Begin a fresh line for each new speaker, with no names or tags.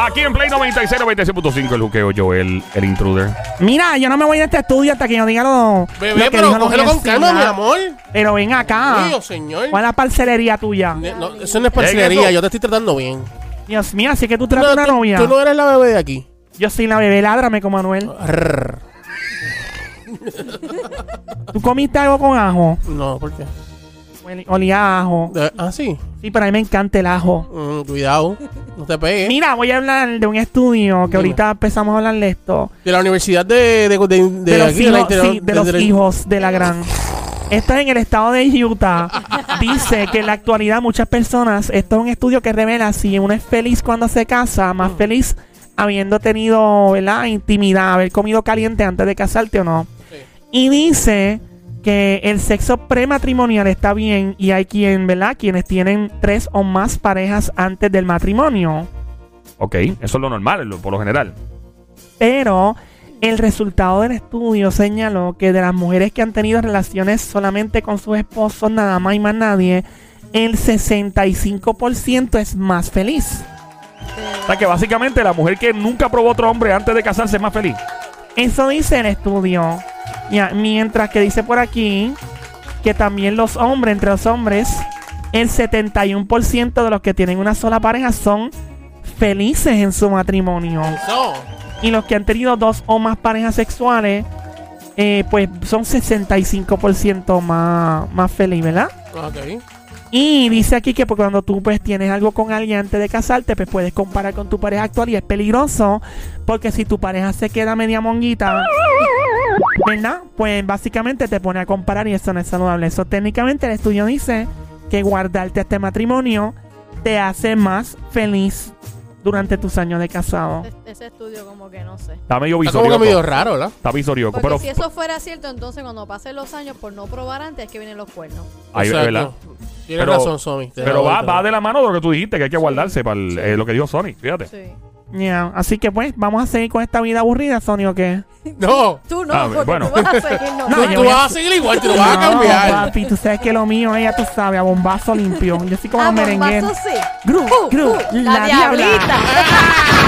Aquí en Play 96, 96.5, el juqueo, Joel, el intruder.
Mira, yo no me voy de este estudio hasta que yo diga lo, lo
Bebé,
que
pero
dijo la
cógelo con
universidad.
calma, mi amor.
Pero ven acá.
Dios, señor.
¿Cuál es la parcelería tuya?
Ne- no, eso no es parcelería, yo te estoy tratando bien.
Dios mío, así que tú tratas una
tú,
novia.
tú no eres la bebé de aquí.
Yo soy la bebé, ládrame con Manuel.
Arr.
¿Tú comiste algo con ajo?
No, ¿por qué?
Huele- Olía a ajo.
Eh, Ah, sí.
Sí, pero a mí me encanta el ajo.
Mm, cuidado, no te pegues.
Mira, voy a hablar de un estudio que
Dime.
ahorita empezamos a hablar de esto.
De la universidad de... De, de, de,
De, los,
aquí, de la
hijos,
interior-
sí, de
de-
los
de la-
hijos de la gran. Esto es en el estado de Utah. Dice que en la actualidad muchas personas, esto es un estudio que revela si uno es feliz cuando se casa,
Mm.
más feliz habiendo tenido, ¿verdad? Intimidad, haber comido caliente antes de casarte o no.
Sí.
Y dice que el sexo prematrimonial está bien y hay quien, ¿verdad? Quienes tienen tres o más parejas antes del matrimonio.
Ok, eso es lo normal, lo- por lo general.
Pero el resultado del estudio señaló que de las mujeres que han tenido relaciones solamente con sus esposos, nada más y más nadie, el 65% es más feliz.
O sea que básicamente la mujer que nunca probó otro hombre antes de casarse es más feliz.
Eso dice el estudio. Ya, mientras que dice por aquí que también los hombres, entre los hombres, el 71% de los que tienen una sola pareja son felices en su matrimonio.
No.
y los que han tenido dos o más parejas sexuales, eh, pues son 65% más, más feliz, ¿verdad?
ah, Ok.
Y dice aquí que pues, cuando tú pues tienes algo con alguien antes de casarte, pues puedes comparar con tu pareja actual y es peligroso porque si tu pareja se queda media monguita, ¿verdad? Pues básicamente te pone a comparar y eso no es saludable. Eso técnicamente el estudio dice que guardarte este matrimonio te hace más feliz durante tus años de casado.
Ese- Ese estudio como que no sé.
Está medio
Está como que
visorioco.
medio raro, ¿verdad?
Está visorioco,
Porque
pero
si eso fuera cierto, entonces cuando pasen los años por no probar antes es que vienen los cuernos.
ahí,
Exacto.
¿verdad?
Tienes
Pero-
razón, Somi. te
Pero
la
va,
doy,
va
te
de
la-
la mano de lo que tú dijiste, que hay que guardarse para el- eh, lo que dijo Sony, fíjate.
Sí.
Ya, Así que pues, vamos a seguir con esta vida aburrida, Sony, ¿o qué?
No.
Tú no,
Ah,
porque
bueno.
tú vas a seguir no.
No,
Tú,
yo
tú
voy a-
vas a seguir igual, tú lo vas a cambiar.
papi, tú sabes que lo mío, ella tú sabes, a bombazo limpio. Yo soy como
Ah,
merenguero.
bombazo sí.
Gru,
Uh,
gru,
uh, la, diablita.